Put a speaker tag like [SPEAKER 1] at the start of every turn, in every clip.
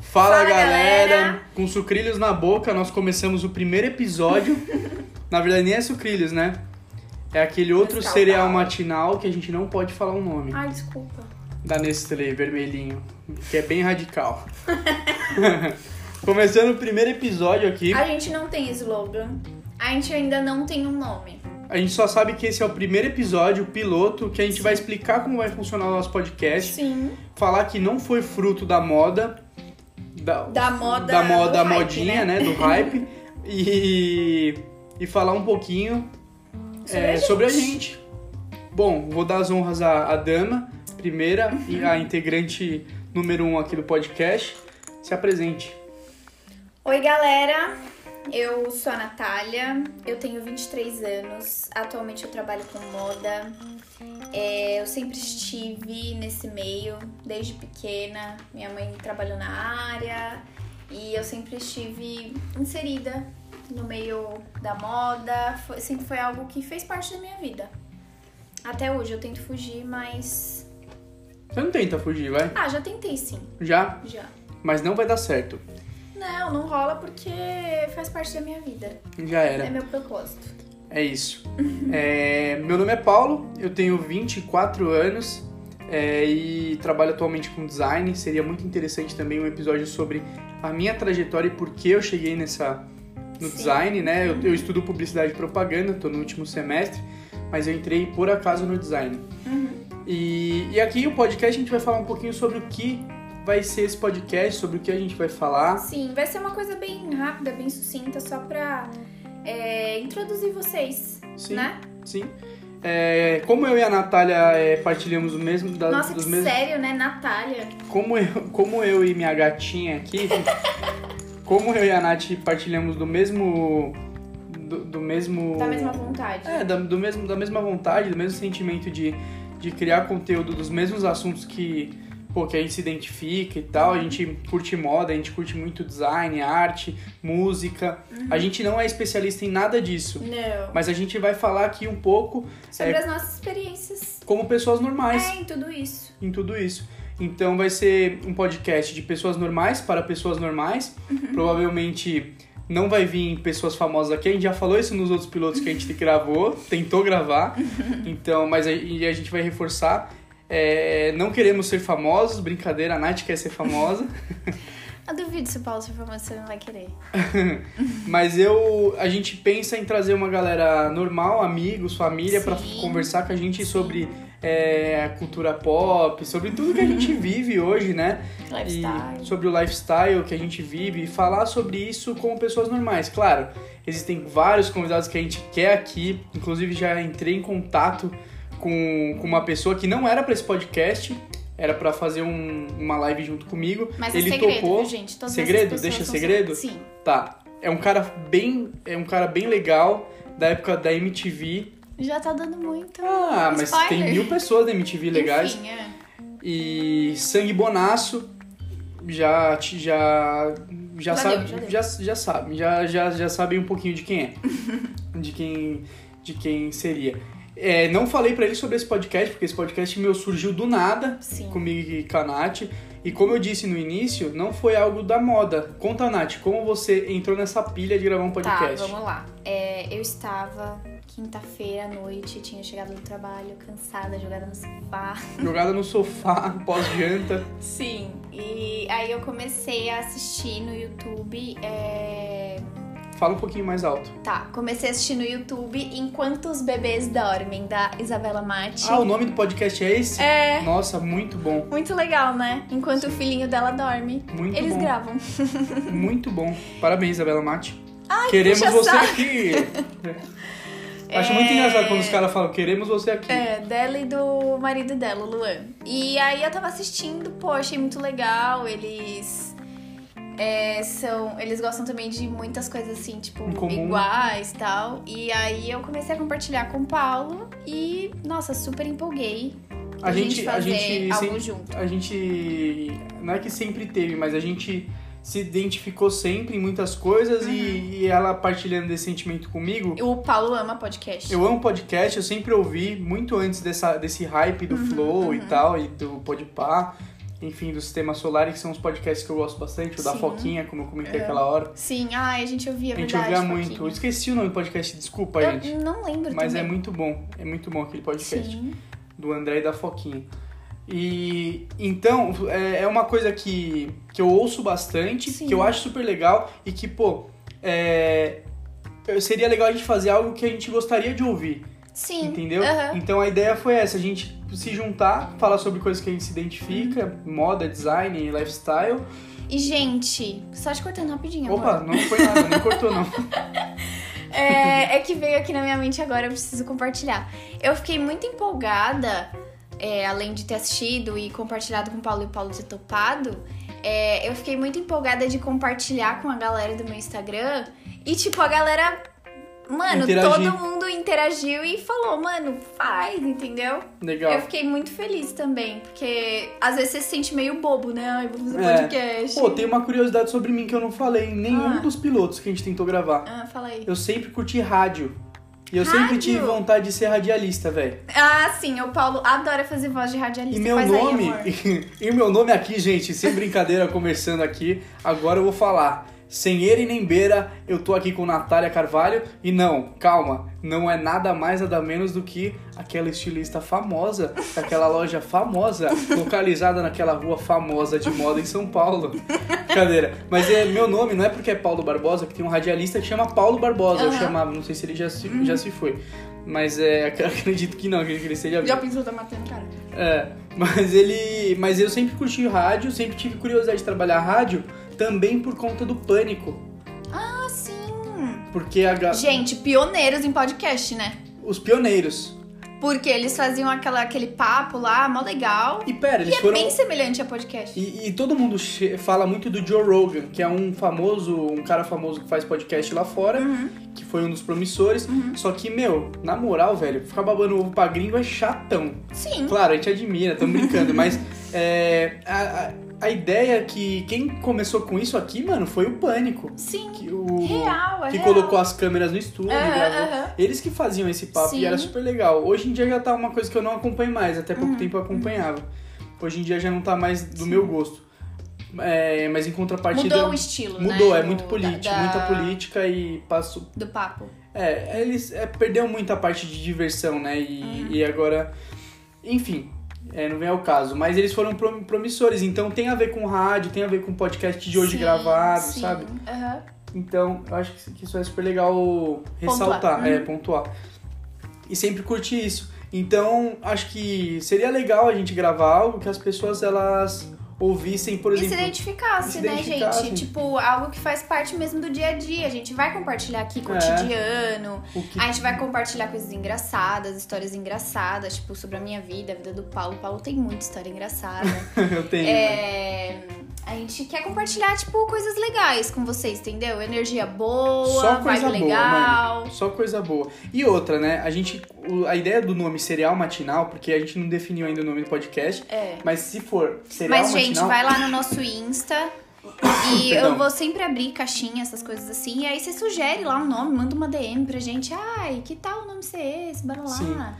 [SPEAKER 1] Fala,
[SPEAKER 2] Fala,
[SPEAKER 1] galera.
[SPEAKER 2] galera.
[SPEAKER 1] Com sucrilhos na boca, nós começamos o primeiro episódio. na verdade, nem é sucrilhos, né? É aquele outro
[SPEAKER 2] Nescau,
[SPEAKER 1] cereal
[SPEAKER 2] tá?
[SPEAKER 1] matinal que a gente não pode falar o nome.
[SPEAKER 2] Ai, desculpa.
[SPEAKER 1] Da Nestlé, vermelhinho. Que é bem radical. Começando o primeiro episódio aqui.
[SPEAKER 2] A gente não tem slogan. A gente ainda não tem um nome.
[SPEAKER 1] A gente só sabe que esse é o primeiro episódio, o piloto, que a gente vai explicar como vai funcionar o nosso podcast.
[SPEAKER 2] Sim.
[SPEAKER 1] Falar que não foi fruto da moda. Da,
[SPEAKER 2] Da moda.
[SPEAKER 1] da moda,
[SPEAKER 2] do
[SPEAKER 1] da
[SPEAKER 2] hype,
[SPEAKER 1] modinha, né? Do hype. E, e falar um pouquinho
[SPEAKER 2] Sobre
[SPEAKER 1] é,
[SPEAKER 2] a gente.
[SPEAKER 1] sobre a gente. Bom, vou dar as honras à, à dama, primeira, e
[SPEAKER 2] Uhum.
[SPEAKER 1] a integrante número um aqui do podcast. Se apresente.
[SPEAKER 2] Oi, galera. Eu sou a Natália. Eu tenho 23 anos. Atualmente eu trabalho com moda. É, eu sempre estive nesse meio, desde pequena. Minha mãe trabalhou na área. E eu sempre estive inserida no meio da moda. Foi- sempre foi algo que fez parte da minha vida. Até hoje eu tento fugir, mas.
[SPEAKER 1] Você não tenta fugir, vai?
[SPEAKER 2] Ah, já tentei sim.
[SPEAKER 1] Já?
[SPEAKER 2] Já.
[SPEAKER 1] Mas não vai dar certo.
[SPEAKER 2] Não, não rola porque faz parte da minha vida.
[SPEAKER 1] Já era.
[SPEAKER 2] É meu propósito.
[SPEAKER 1] É isso. É, meu nome é Paulo, eu tenho 24 anos é, e trabalho atualmente com design. Seria muito interessante também um episódio sobre a minha trajetória e por que eu cheguei nessa no
[SPEAKER 2] Sim.
[SPEAKER 1] design, né? Eu, eu estudo publicidade e propaganda, estou no último semestre, mas eu entrei por acaso no design. E, e aqui o podcast a gente vai falar um pouquinho sobre o que vai ser esse podcast, sobre o que a gente vai falar.
[SPEAKER 2] Sim, vai ser uma coisa bem rápida, bem sucinta, só pra é, introduzir vocês,
[SPEAKER 1] Sim.
[SPEAKER 2] né?
[SPEAKER 1] Sim. É, como eu e a Natália é, partilhamos o mesmo, da-
[SPEAKER 2] Nossa, que
[SPEAKER 1] tá, dos mesmos.
[SPEAKER 2] sério, né, Natália?
[SPEAKER 1] Como eu, como eu e minha gatinha aqui. como eu e a Nath partilhamos do mesmo. Do, do mesmo.
[SPEAKER 2] Da mesma tá vontade.
[SPEAKER 1] É, da, do mesmo, da mesma vontade, do mesmo sentimento de, de criar conteúdo dos mesmos assuntos que. Pô, que a gente se identifica e tal, a gente curte moda, a gente curte muito design, arte, música.
[SPEAKER 2] Uhum.
[SPEAKER 1] A gente não é especialista em nada disso,
[SPEAKER 2] Não.
[SPEAKER 1] mas a gente vai falar aqui um pouco
[SPEAKER 2] Sobre as nossas experiências.
[SPEAKER 1] como pessoas normais
[SPEAKER 2] É, em tudo isso.
[SPEAKER 1] em tudo isso. Então vai ser um podcast de pessoas normais para pessoas normais.
[SPEAKER 2] Uhum.
[SPEAKER 1] Provavelmente não vai vir pessoas famosas aqui. A gente já falou isso nos outros pilotos que a gente gravou, tentou gravar. Então, mas a, e a gente vai reforçar. É, não queremos ser famosos, brincadeira, a Nath quer ser famosa.
[SPEAKER 2] Eu duvido se o Paulo se for você não vai querer.
[SPEAKER 1] mas eu, a gente pensa em trazer uma galera normal, amigos, família, para
[SPEAKER 2] Sim.
[SPEAKER 1] conversar com a gente
[SPEAKER 2] Sim.
[SPEAKER 1] sobre é, a cultura pop, sobre tudo que a gente vive hoje, né? e
[SPEAKER 2] Lifestyle.
[SPEAKER 1] sobre o lifestyle que a gente vive e falar sobre isso como pessoas normais. Claro, existem vários convidados que a gente quer aqui, inclusive já entrei em contato com, com uma pessoa que não era pra esse podcast, era pra fazer um- uma live junto comigo.
[SPEAKER 2] Mas
[SPEAKER 1] ele
[SPEAKER 2] é segredo,
[SPEAKER 1] topou.
[SPEAKER 2] viu, gente? Todas essas
[SPEAKER 1] Segredo?
[SPEAKER 2] pessoas
[SPEAKER 1] Deixa
[SPEAKER 2] são-
[SPEAKER 1] segredo?
[SPEAKER 2] Sim.
[SPEAKER 1] Tá. É um cara bem, é um cara bem legal da época da MTV.
[SPEAKER 2] Já tá dando muito.
[SPEAKER 1] Ah, mas
[SPEAKER 2] Spoiler.
[SPEAKER 1] tem mil pessoas da MTV legais.
[SPEAKER 2] Enfim, é.
[SPEAKER 1] E Sangue Bonaço já te- já já
[SPEAKER 2] Já
[SPEAKER 1] sabe,
[SPEAKER 2] deu, já deu.
[SPEAKER 1] já, já sabe, já já já sabem um pouquinho de quem é. de quem de quem seria. É, não falei pra ele sobre esse podcast, porque esse podcast meu surgiu do nada
[SPEAKER 2] Sim.
[SPEAKER 1] comigo e com a Nath. E como eu disse no início, não foi algo da moda. Conta, Nath, como você entrou nessa pilha de gravar um
[SPEAKER 2] Tá,
[SPEAKER 1] podcast?
[SPEAKER 2] vamos lá. É, eu estava quinta-feira à noite, tinha chegado do trabalho, cansada, jogada no sofá.
[SPEAKER 1] Jogada no sofá, pós-janta.
[SPEAKER 2] Sim. E aí eu comecei a assistir no YouTube. é,
[SPEAKER 1] Fala um pouquinho mais alto.
[SPEAKER 2] Tá, comecei a assistir no YouTube Enquanto os Bebês Dormem, da Isabela Mate.
[SPEAKER 1] Ah, o nome do podcast é esse?
[SPEAKER 2] É.
[SPEAKER 1] Nossa, muito bom.
[SPEAKER 2] Muito legal, né? Enquanto o filhinho dela dorme.
[SPEAKER 1] Muito
[SPEAKER 2] Eles
[SPEAKER 1] bom.
[SPEAKER 2] gravam.
[SPEAKER 1] Muito bom. Parabéns, Isabela Mate. queremos
[SPEAKER 2] puxa
[SPEAKER 1] você
[SPEAKER 2] saco.
[SPEAKER 1] aqui. Acho muito engraçado quando os caras falam, queremos você aqui.
[SPEAKER 2] É, dela e do marido dela, o Luan. E aí eu tava assistindo, pô, achei muito legal. Eles é, são. Eles gostam também de muitas coisas assim, tipo,
[SPEAKER 1] Em comum.
[SPEAKER 2] iguais e tal. E aí eu comecei a compartilhar com o Paulo e, nossa, super empolguei
[SPEAKER 1] a, gente, a
[SPEAKER 2] fazer
[SPEAKER 1] gente,
[SPEAKER 2] algo
[SPEAKER 1] sem-
[SPEAKER 2] junto.
[SPEAKER 1] a gente, não é que sempre teve, mas a gente se identificou sempre em muitas coisas
[SPEAKER 2] Uhum.
[SPEAKER 1] e, e ela partilhando esse sentimento comigo.
[SPEAKER 2] O Paulo ama podcast.
[SPEAKER 1] Eu amo podcast, eu
[SPEAKER 2] Uhum,
[SPEAKER 1] sempre ouvi muito antes dessa, desse hype do Flow e tal, e do Podpah. enfim, do Sistema Solar, que são os podcasts que eu gosto bastante, o da
[SPEAKER 2] Sim.
[SPEAKER 1] Foquinha, como eu comentei
[SPEAKER 2] É.
[SPEAKER 1] aquela hora.
[SPEAKER 2] Sim, ai, a gente ouvia,
[SPEAKER 1] a gente
[SPEAKER 2] verdade.
[SPEAKER 1] ouvia
[SPEAKER 2] Foquinha.
[SPEAKER 1] muito. Eu esqueci o nome do podcast, desculpa, gente.
[SPEAKER 2] Eu não lembro
[SPEAKER 1] Mas é
[SPEAKER 2] também.
[SPEAKER 1] muito bom, é muito bom aquele podcast
[SPEAKER 2] Sim.
[SPEAKER 1] do André e da Foquinha. E então é, é uma coisa que, que eu ouço bastante,
[SPEAKER 2] Sim.
[SPEAKER 1] que eu acho super legal e que, pô, é, eu- seria legal a gente fazer algo que a gente gostaria de ouvir,
[SPEAKER 2] Sim.
[SPEAKER 1] entendeu?
[SPEAKER 2] aham.
[SPEAKER 1] Então a ideia foi essa, a gente se juntar, falar sobre coisas que a gente se identifica,
[SPEAKER 2] Uhum.
[SPEAKER 1] moda, design, e lifestyle.
[SPEAKER 2] E, gente, só te cortando rapidinho.
[SPEAKER 1] Opa,
[SPEAKER 2] amor.
[SPEAKER 1] não foi nada, não cortou não.
[SPEAKER 2] É, é que veio aqui na minha mente agora, eu preciso compartilhar. Eu fiquei muito empolgada, é, além de ter assistido e compartilhado com o Paulo e o Paulo ter topado. é, eu fiquei muito empolgada de compartilhar com a galera do meu Instagram. E, tipo, a galera. Mano,
[SPEAKER 1] Interagir.
[SPEAKER 2] todo mundo interagiu e falou, mano, faz, entendeu?
[SPEAKER 1] Legal.
[SPEAKER 2] Eu fiquei muito feliz também, porque às vezes você se sente meio bobo, né? Ai, vou fazer
[SPEAKER 1] É.
[SPEAKER 2] podcast.
[SPEAKER 1] Pô, tem uma curiosidade sobre mim que eu não falei em nenhum
[SPEAKER 2] Ah.
[SPEAKER 1] dos pilotos que a gente tentou gravar.
[SPEAKER 2] Ah, fala aí.
[SPEAKER 1] Eu sempre curti rádio. E eu sempre
[SPEAKER 2] Rádio?
[SPEAKER 1] tive vontade de ser radialista, velho.
[SPEAKER 2] Ah, sim, o Paulo adora fazer voz de radialista.
[SPEAKER 1] E meu
[SPEAKER 2] Faz
[SPEAKER 1] nome.
[SPEAKER 2] Aí, amor.
[SPEAKER 1] e meu nome aqui, gente, sem brincadeira, começando aqui. Agora eu vou falar. Sem ele e nem beira, eu tô aqui com Natália Carvalho. E não, calma, não é nada mais, nada menos do que aquela estilista famosa, daquela loja famosa, localizada naquela rua famosa de moda em São Paulo. Brincadeira. Mas é meu nome, não é porque é Paulo Barbosa, que tem um radialista que chama Paulo Barbosa. Eu
[SPEAKER 2] Aham.
[SPEAKER 1] chamava, não sei se ele já se, já se foi. Mas é, ac- acredito que não, acredito que ele seja vivo.
[SPEAKER 2] Já pensou tá matando cara?
[SPEAKER 1] É, mas ele. Mas eu sempre curti rádio, sempre tive curiosidade de trabalhar rádio, também por conta do pânico.
[SPEAKER 2] Ah, sim.
[SPEAKER 1] Porque a, ga-
[SPEAKER 2] Gente, pioneiros em podcast, né?
[SPEAKER 1] os pioneiros.
[SPEAKER 2] Porque eles faziam aquela, aquele papo lá, mó legal.
[SPEAKER 1] E pera,
[SPEAKER 2] E
[SPEAKER 1] eles
[SPEAKER 2] é
[SPEAKER 1] foram.
[SPEAKER 2] bem semelhante a podcast.
[SPEAKER 1] E, e todo mundo che- fala muito do Joe Rogan, que é um famoso, um cara famoso que faz podcast lá fora,
[SPEAKER 2] Uhum.
[SPEAKER 1] que foi um dos promissores. Só que, meu, na moral, velho, ficar babando ovo pra gringo é chatão.
[SPEAKER 2] Sim.
[SPEAKER 1] Claro, a gente admira, tamo brincando, mas é, a, a, a ideia que quem começou com isso aqui, mano, foi o pânico.
[SPEAKER 2] Sim.
[SPEAKER 1] que o
[SPEAKER 2] Real, é
[SPEAKER 1] que
[SPEAKER 2] real.
[SPEAKER 1] colocou as câmeras no estúdio,
[SPEAKER 2] Aham,
[SPEAKER 1] gravou.
[SPEAKER 2] aham.
[SPEAKER 1] Eles que faziam esse papo
[SPEAKER 2] Sim. Uhum.
[SPEAKER 1] e era super legal. Hoje em dia já tá uma coisa que eu não acompanho mais, até pouco tempo eu acompanhava. Hoje em dia já não tá mais do meu gosto. É, mas em contrapartida.
[SPEAKER 2] Mudou o estilo, né?
[SPEAKER 1] mudou, é
[SPEAKER 2] do-
[SPEAKER 1] muito política,
[SPEAKER 2] da-
[SPEAKER 1] muita política e passou.
[SPEAKER 2] Do papo.
[SPEAKER 1] É, eles é, perdeu muita parte de diversão, né? E,
[SPEAKER 2] Uhum.
[SPEAKER 1] e agora. Enfim, é, não vem ao caso. Mas eles foram prom- promissores, então tem a ver com rádio, tem a ver com podcast de hoje
[SPEAKER 2] Sim,
[SPEAKER 1] gravado,
[SPEAKER 2] sim.
[SPEAKER 1] sabe?
[SPEAKER 2] Aham.
[SPEAKER 1] Então, eu acho que isso é super legal ressaltar,
[SPEAKER 2] Pontuar. Uhum.
[SPEAKER 1] é, pontuar. E sempre curti isso. Então, acho que seria legal a gente gravar algo que as pessoas elas ouvissem, por
[SPEAKER 2] E se
[SPEAKER 1] exemplo.
[SPEAKER 2] identificasse,
[SPEAKER 1] se
[SPEAKER 2] né,
[SPEAKER 1] identificasse.
[SPEAKER 2] gente? Tipo, algo que faz parte mesmo do dia a dia. A gente vai compartilhar
[SPEAKER 1] É.
[SPEAKER 2] aqui cotidiano.
[SPEAKER 1] o que...
[SPEAKER 2] A gente vai compartilhar coisas engraçadas, histórias engraçadas, tipo, sobre a minha vida, a vida do Paulo. O Paulo tem muita história engraçada.
[SPEAKER 1] eu tenho. né?
[SPEAKER 2] É, A gente quer compartilhar, tipo, coisas legais com vocês, entendeu? Energia boa,
[SPEAKER 1] Só coisa
[SPEAKER 2] vibe
[SPEAKER 1] boa,
[SPEAKER 2] legal.
[SPEAKER 1] Só coisa boa. E outra, né? A gente. o- A ideia do nome Cereal Matinal, porque a gente não definiu ainda o nome do podcast,
[SPEAKER 2] É.
[SPEAKER 1] mas se for Cereal
[SPEAKER 2] Mas, gente,
[SPEAKER 1] Matinal.
[SPEAKER 2] vai lá no nosso Insta. E
[SPEAKER 1] Perdão.
[SPEAKER 2] eu vou sempre abrir caixinha, essas coisas assim. E aí você sugere lá um nome, manda uma DM pra gente. Ai, que tal o nome ser esse? Bora
[SPEAKER 1] Sim.
[SPEAKER 2] lá.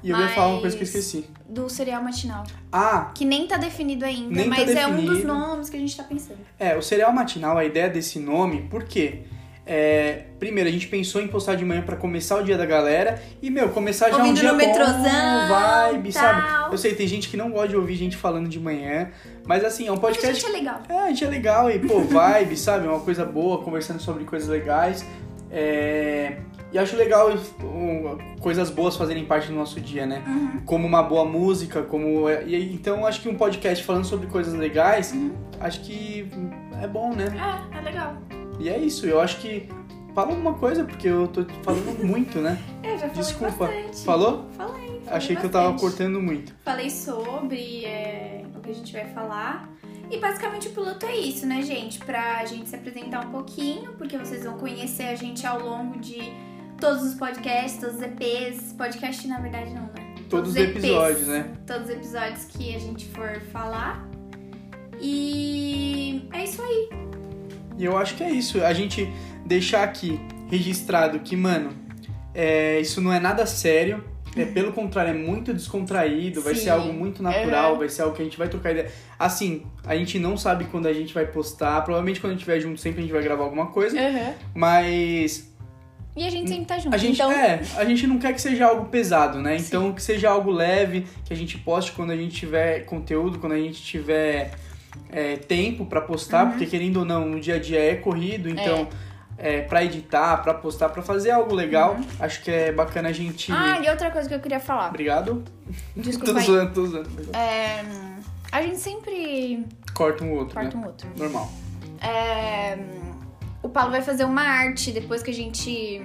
[SPEAKER 1] E eu ia falar uma coisa que eu
[SPEAKER 2] mas-
[SPEAKER 1] esqueci.
[SPEAKER 2] Do cereal matinal.
[SPEAKER 1] Ah,
[SPEAKER 2] Que nem tá definido ainda,
[SPEAKER 1] Nem tá
[SPEAKER 2] mas é um dos
[SPEAKER 1] definido.
[SPEAKER 2] nomes que a gente tá pensando.
[SPEAKER 1] É, o cereal matinal, a ideia desse nome, por quê? É, primeiro, a gente pensou em postar de manhã pra começar o dia da galera. E, meu, começar já um
[SPEAKER 2] Ouvindo
[SPEAKER 1] dia
[SPEAKER 2] no
[SPEAKER 1] bom,
[SPEAKER 2] metrozão,
[SPEAKER 1] vibe,
[SPEAKER 2] tal.
[SPEAKER 1] sabe? Eu sei, tem gente que não gosta de ouvir gente falando de manhã. Mas, assim, é um
[SPEAKER 2] Mas a
[SPEAKER 1] podcast...
[SPEAKER 2] gente é legal.
[SPEAKER 1] É, a gente é legal e, pô, vibe, sabe? É uma coisa boa, conversando sobre coisas legais. É, E acho legal um, coisas boas fazerem parte do nosso dia, né?
[SPEAKER 2] Uhum.
[SPEAKER 1] Como uma boa música, como... e aí, Então, acho que um podcast falando sobre coisas legais,
[SPEAKER 2] Uhum.
[SPEAKER 1] acho que é bom, né?
[SPEAKER 2] É, é legal.
[SPEAKER 1] E é isso, eu acho que. Fala alguma coisa, porque eu tô falando muito, né?
[SPEAKER 2] Eu É, já falei
[SPEAKER 1] Desculpa.
[SPEAKER 2] bastante.
[SPEAKER 1] Falou?
[SPEAKER 2] Falei.
[SPEAKER 1] Achei que eu tava
[SPEAKER 2] bastante.
[SPEAKER 1] cortando muito.
[SPEAKER 2] Falei sobre é, o que a gente vai falar. E basicamente o piloto é isso, né, gente? Pra gente se apresentar um pouquinho, porque vocês vão conhecer a gente ao longo de todos os podcasts, todos os EPs. Podcast, na verdade, não, né?
[SPEAKER 1] Todos os
[SPEAKER 2] EPs,
[SPEAKER 1] episódios, né?
[SPEAKER 2] Todos os episódios que a gente for falar. E é isso aí.
[SPEAKER 1] E eu acho que é isso. A gente deixar aqui registrado que, mano, é, isso não é nada sério. É, pelo contrário, é muito descontraído, vai
[SPEAKER 3] Sim.
[SPEAKER 1] ser algo muito natural,
[SPEAKER 2] Uhum.
[SPEAKER 1] vai ser algo que a gente vai trocar ideia. Assim, a gente não sabe quando a gente vai postar, provavelmente quando a gente estiver junto sempre a gente vai gravar alguma
[SPEAKER 2] É.
[SPEAKER 1] coisa,
[SPEAKER 2] Aham.
[SPEAKER 1] mas
[SPEAKER 2] E a gente sempre tá junto.
[SPEAKER 1] a gente,
[SPEAKER 2] então,
[SPEAKER 1] é, a gente não quer que seja algo pesado, né? Então que seja algo leve, que a gente poste quando a gente tiver conteúdo, quando a gente tiver é, tempo pra postar,
[SPEAKER 2] Uhum.
[SPEAKER 1] porque querendo ou não, o dia a dia é corrido, então é, pra editar, pra postar, pra fazer algo legal,
[SPEAKER 2] Uhum.
[SPEAKER 1] acho que é bacana a gente.
[SPEAKER 2] Ah, e outra coisa que eu queria falar.
[SPEAKER 1] Obrigado.
[SPEAKER 2] Desculpa
[SPEAKER 1] tô
[SPEAKER 2] aí.
[SPEAKER 1] zoando, tô zoando.
[SPEAKER 2] É, a gente sempre
[SPEAKER 1] Corta um outro,
[SPEAKER 2] corta
[SPEAKER 1] né?
[SPEAKER 2] um outro.
[SPEAKER 1] Normal.
[SPEAKER 2] É, o Paulo vai fazer uma arte depois que a gente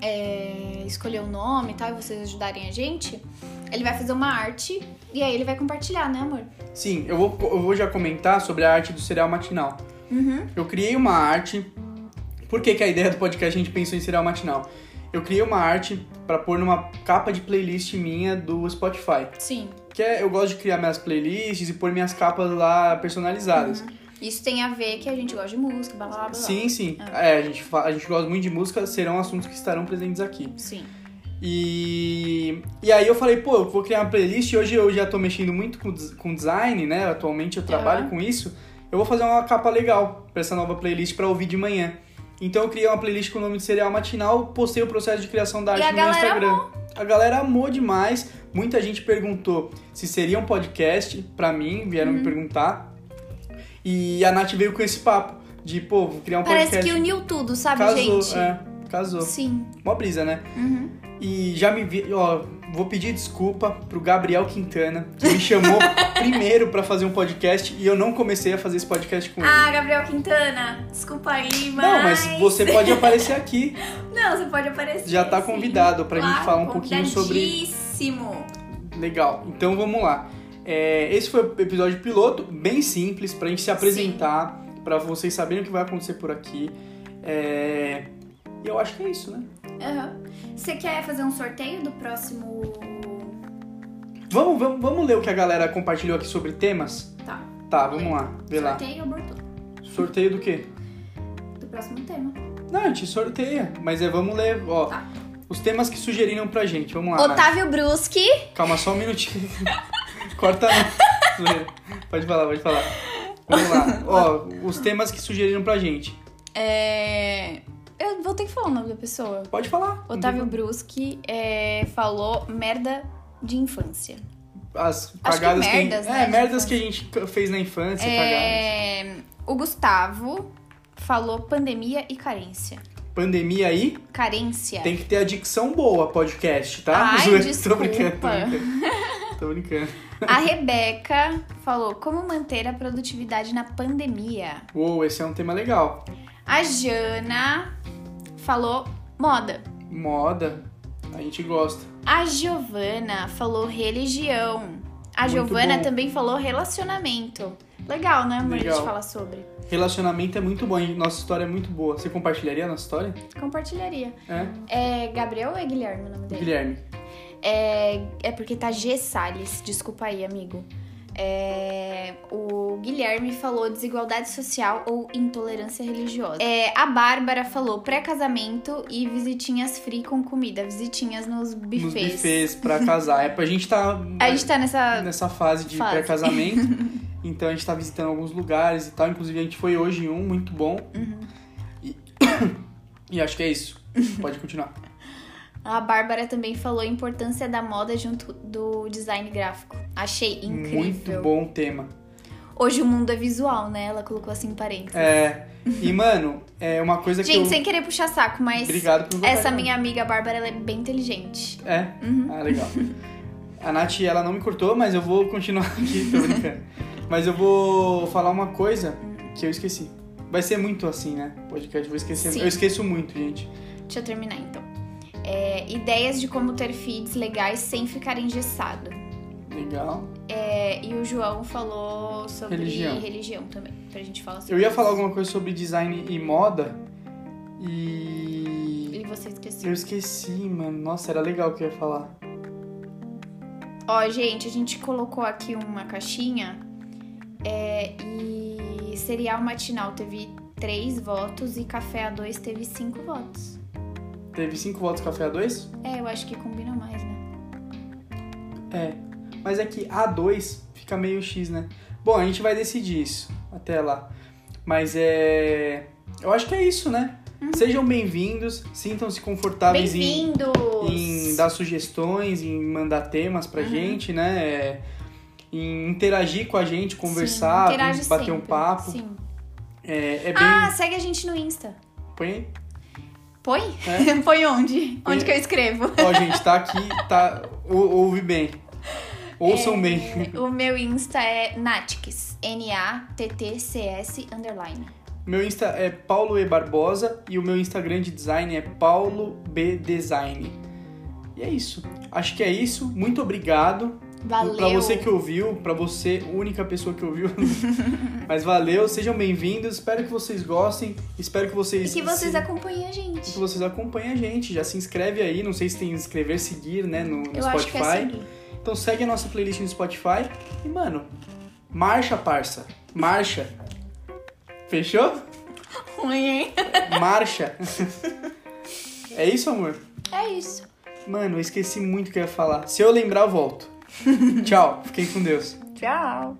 [SPEAKER 2] é, escolher o nome e tal, e vocês ajudarem a gente. Ele vai fazer uma arte e aí ele vai compartilhar, né, amor?
[SPEAKER 1] Sim, eu vou, eu vou já comentar sobre a arte do cereal matinal.
[SPEAKER 2] Uhum.
[SPEAKER 1] Eu criei uma arte. Por que, que a ideia do podcast a gente pensou em cereal matinal? Eu criei uma arte pra pôr numa capa de playlist minha do Spotify.
[SPEAKER 2] Sim.
[SPEAKER 1] Que é, eu gosto de criar minhas playlists e pôr minhas capas lá personalizadas.
[SPEAKER 2] Isso tem a ver que a gente gosta de música, blá blá blá. blá.
[SPEAKER 1] Sim, sim. É, a gente, fa- a gente gosta muito de música, serão assuntos que estarão presentes aqui.
[SPEAKER 2] Sim.
[SPEAKER 1] E, e aí eu falei, pô, eu vou criar uma playlist. e Hoje eu já tô mexendo muito com, des- com design, né? Atualmente eu trabalho
[SPEAKER 2] Aham.
[SPEAKER 1] com isso. Eu vou fazer uma capa legal pra essa nova playlist pra ouvir de manhã. Então eu criei uma playlist com o nome de Cereal Matinal, postei o processo de criação da
[SPEAKER 2] E
[SPEAKER 1] arte
[SPEAKER 2] a
[SPEAKER 1] no meu
[SPEAKER 2] galera
[SPEAKER 1] Instagram. A galera amou demais. Muita gente perguntou se seria um podcast pra mim, vieram
[SPEAKER 2] Uhum.
[SPEAKER 1] me perguntar. E a Nath veio com esse papo de, pô, vou criar um
[SPEAKER 2] Parece que
[SPEAKER 1] podcast.
[SPEAKER 2] uniu tudo, sabe,
[SPEAKER 1] casou,
[SPEAKER 2] gente?
[SPEAKER 1] é, casou.
[SPEAKER 2] Sim.
[SPEAKER 1] Mó brisa, né?
[SPEAKER 2] Uhum.
[SPEAKER 1] E já me vi, ó, vou pedir desculpa pro Gabriel Quintana, que me chamou primeiro pra fazer um podcast e eu não comecei a fazer esse podcast com ele.
[SPEAKER 3] Ah, Gabriel Quintana, desculpa aí, mas...
[SPEAKER 1] Hum. não, mas você pode aparecer aqui,
[SPEAKER 3] Não, você pode aparecer.
[SPEAKER 1] já tá
[SPEAKER 3] sim.
[SPEAKER 1] convidado pra gente
[SPEAKER 3] Claro,
[SPEAKER 1] falar um pouquinho sobre.
[SPEAKER 3] convidadíssimo.
[SPEAKER 1] Legal, então vamos lá. É, esse foi o episódio piloto, bem simples, pra gente se apresentar, pra vocês saberem o que vai acontecer por aqui. É, E eu acho que é isso, né?
[SPEAKER 3] Aham. Você quer fazer um sorteio do próximo...
[SPEAKER 1] Vamos, vamos, vamos ler o que a galera compartilhou aqui sobre temas?
[SPEAKER 3] Tá.
[SPEAKER 1] Tá, vamos lá, vê lá.
[SPEAKER 3] Sorteio, aborto.
[SPEAKER 1] Sorteio do quê?
[SPEAKER 3] Do próximo tema.
[SPEAKER 1] Não, a gente sorteia, mas é, vamos ler, ó.
[SPEAKER 3] Tá.
[SPEAKER 1] Os temas que sugeriram pra gente, vamos lá. Nath.
[SPEAKER 2] Otávio Bruschi.
[SPEAKER 1] Calma, só um minutinho. Corta não. Zoeira. Pode falar, pode falar. Vamos lá. Ó, os temas que sugeriram pra gente.
[SPEAKER 2] É... Eu vou ter que falar o nome da pessoa.
[SPEAKER 1] Pode falar.
[SPEAKER 2] Otávio Bruschi é, falou merda de infância.
[SPEAKER 1] As
[SPEAKER 2] que
[SPEAKER 1] cagadas que,
[SPEAKER 2] merdas,
[SPEAKER 1] a gente...
[SPEAKER 2] né,
[SPEAKER 1] É,
[SPEAKER 2] de
[SPEAKER 1] merdas que a gente c- fez na infância, cagadas.
[SPEAKER 2] É, o Gustavo falou pandemia e carência.
[SPEAKER 1] Pandemia aí,
[SPEAKER 2] Carência.
[SPEAKER 1] tem que ter a dicção boa, podcast, tá?
[SPEAKER 2] Ai,
[SPEAKER 1] Zoeira.
[SPEAKER 2] desculpa.
[SPEAKER 1] Tô brincando, tô brincando. Tô brincando.
[SPEAKER 2] A Rebeca falou como manter a produtividade na pandemia.
[SPEAKER 1] Uou, esse é um tema legal.
[SPEAKER 2] A Jana falou moda.
[SPEAKER 1] Moda, a gente gosta.
[SPEAKER 2] A Giovana falou religião. A
[SPEAKER 1] Muito
[SPEAKER 2] Giovana
[SPEAKER 1] bom.
[SPEAKER 2] também falou relacionamento. Legal, né, amor? A
[SPEAKER 1] Legal.
[SPEAKER 2] gente falar sobre.
[SPEAKER 1] Relacionamento é muito bom, hein? nossa história é muito boa. Você compartilharia a nossa história?
[SPEAKER 2] Compartilharia.
[SPEAKER 1] É?
[SPEAKER 2] É Gabriel ou é Guilherme o nome dele?
[SPEAKER 1] Guilherme.
[SPEAKER 2] É, é porque tá G Salles, desculpa aí, amigo. É, o Guilherme falou desigualdade social ou intolerância religiosa. É, a Bárbara falou pré-casamento e visitinhas free com comida, visitinhas nos buffets.
[SPEAKER 1] Nos bufês pra casar. É pra gente tá
[SPEAKER 2] A gente tá nessa.
[SPEAKER 1] nessa fase de
[SPEAKER 2] Fase.
[SPEAKER 1] pré-casamento. então a gente tá visitando alguns lugares e tal. Inclusive a gente foi hoje em um, muito bom.
[SPEAKER 2] Uhum.
[SPEAKER 1] E... e acho que é isso. Pode continuar.
[SPEAKER 2] A Bárbara também falou a importância da moda junto do design gráfico. Achei incrível.
[SPEAKER 1] Muito bom tema.
[SPEAKER 2] Hoje o mundo é visual, né? Ela colocou assim em parênteses.
[SPEAKER 1] É. E, mano, é uma coisa que.
[SPEAKER 2] Gente,
[SPEAKER 1] eu...
[SPEAKER 2] sem querer puxar saco, mas
[SPEAKER 1] Obrigado né? por
[SPEAKER 2] essa
[SPEAKER 1] compartilhar.
[SPEAKER 2] minha amiga Bárbara, ela é bem inteligente.
[SPEAKER 1] É? Ah, legal. A Nath, ela não me cortou, mas eu vou continuar aqui, tô brincando. mas eu vou falar uma coisa que eu esqueci. Vai ser muito assim, né? Podcast, vou esquecer.
[SPEAKER 2] Sim.
[SPEAKER 1] Eu esqueço muito, gente.
[SPEAKER 2] Deixa eu terminar então. É, ideias de como ter feeds legais sem ficar engessado.
[SPEAKER 1] Legal.
[SPEAKER 2] É, e o João falou sobre
[SPEAKER 1] Religião.
[SPEAKER 2] religião, também, pra gente falar sobre
[SPEAKER 1] Eu ia falar
[SPEAKER 2] isso.
[SPEAKER 1] alguma coisa sobre design e moda e.
[SPEAKER 2] E você esqueceu.
[SPEAKER 1] Eu esqueci, mano. Nossa, era legal o que eu ia falar.
[SPEAKER 2] Ó, gente, a gente colocou aqui uma caixinha é, e cereal matinal teve três votos e café a dois teve cinco votos.
[SPEAKER 1] Teve cinco votos café a dois?
[SPEAKER 2] É, eu acho que combina mais, né?
[SPEAKER 1] É. Mas é que A2 fica meio X, né? Bom, a gente vai decidir isso até lá. Mas é. Eu acho que é isso, né?
[SPEAKER 2] Uhum.
[SPEAKER 1] Sejam bem-vindos, sintam-se confortáveis em,
[SPEAKER 4] Bem-vindos!
[SPEAKER 1] em dar sugestões, em mandar temas
[SPEAKER 2] Uhum.
[SPEAKER 1] pra gente, né? É, Em interagir com a gente, conversar,
[SPEAKER 2] Sim, interage
[SPEAKER 1] vir bater um
[SPEAKER 2] sempre,
[SPEAKER 1] papo.
[SPEAKER 2] Sim.
[SPEAKER 1] É, é bem.
[SPEAKER 2] Ah, segue a gente no Insta.
[SPEAKER 1] Põe aí.
[SPEAKER 2] Põe?
[SPEAKER 1] É.
[SPEAKER 2] Põe onde? Onde
[SPEAKER 1] É.
[SPEAKER 2] que eu escrevo?
[SPEAKER 1] Ó, gente, tá aqui, tá. ou- ouve bem.
[SPEAKER 2] É.
[SPEAKER 1] Ouçam bem.
[SPEAKER 2] O meu Insta é Natix. N-A-T-T-C-S underline.
[SPEAKER 1] Meu Insta é Paulo E Barbosa e o meu Instagram de design é Paulo B Design. E é isso. Acho que é isso. Muito obrigado.
[SPEAKER 2] Valeu.
[SPEAKER 1] Pra você que ouviu, pra você, única pessoa que ouviu. Mas valeu, sejam bem-vindos. Espero que vocês gostem. Espero que
[SPEAKER 2] E
[SPEAKER 1] vocês
[SPEAKER 2] que vocês
[SPEAKER 1] se-
[SPEAKER 2] acompanhem a
[SPEAKER 1] e que
[SPEAKER 2] gente.
[SPEAKER 1] vocês acompanhem a gente. Já se inscreve aí, não sei se tem inscrever, seguir, né, no, no
[SPEAKER 2] Eu acho
[SPEAKER 1] Spotify.
[SPEAKER 2] que é seguir.
[SPEAKER 1] Então segue a nossa playlist no Spotify e, mano, marcha, parça. Marcha. Fechou?
[SPEAKER 2] Ruim, hein?
[SPEAKER 1] Marcha. É isso, amor?
[SPEAKER 2] É isso.
[SPEAKER 1] Mano, eu esqueci muito o que eu ia falar. Se eu lembrar, eu volto. Tchau. Fiquem com Deus.
[SPEAKER 2] Tchau.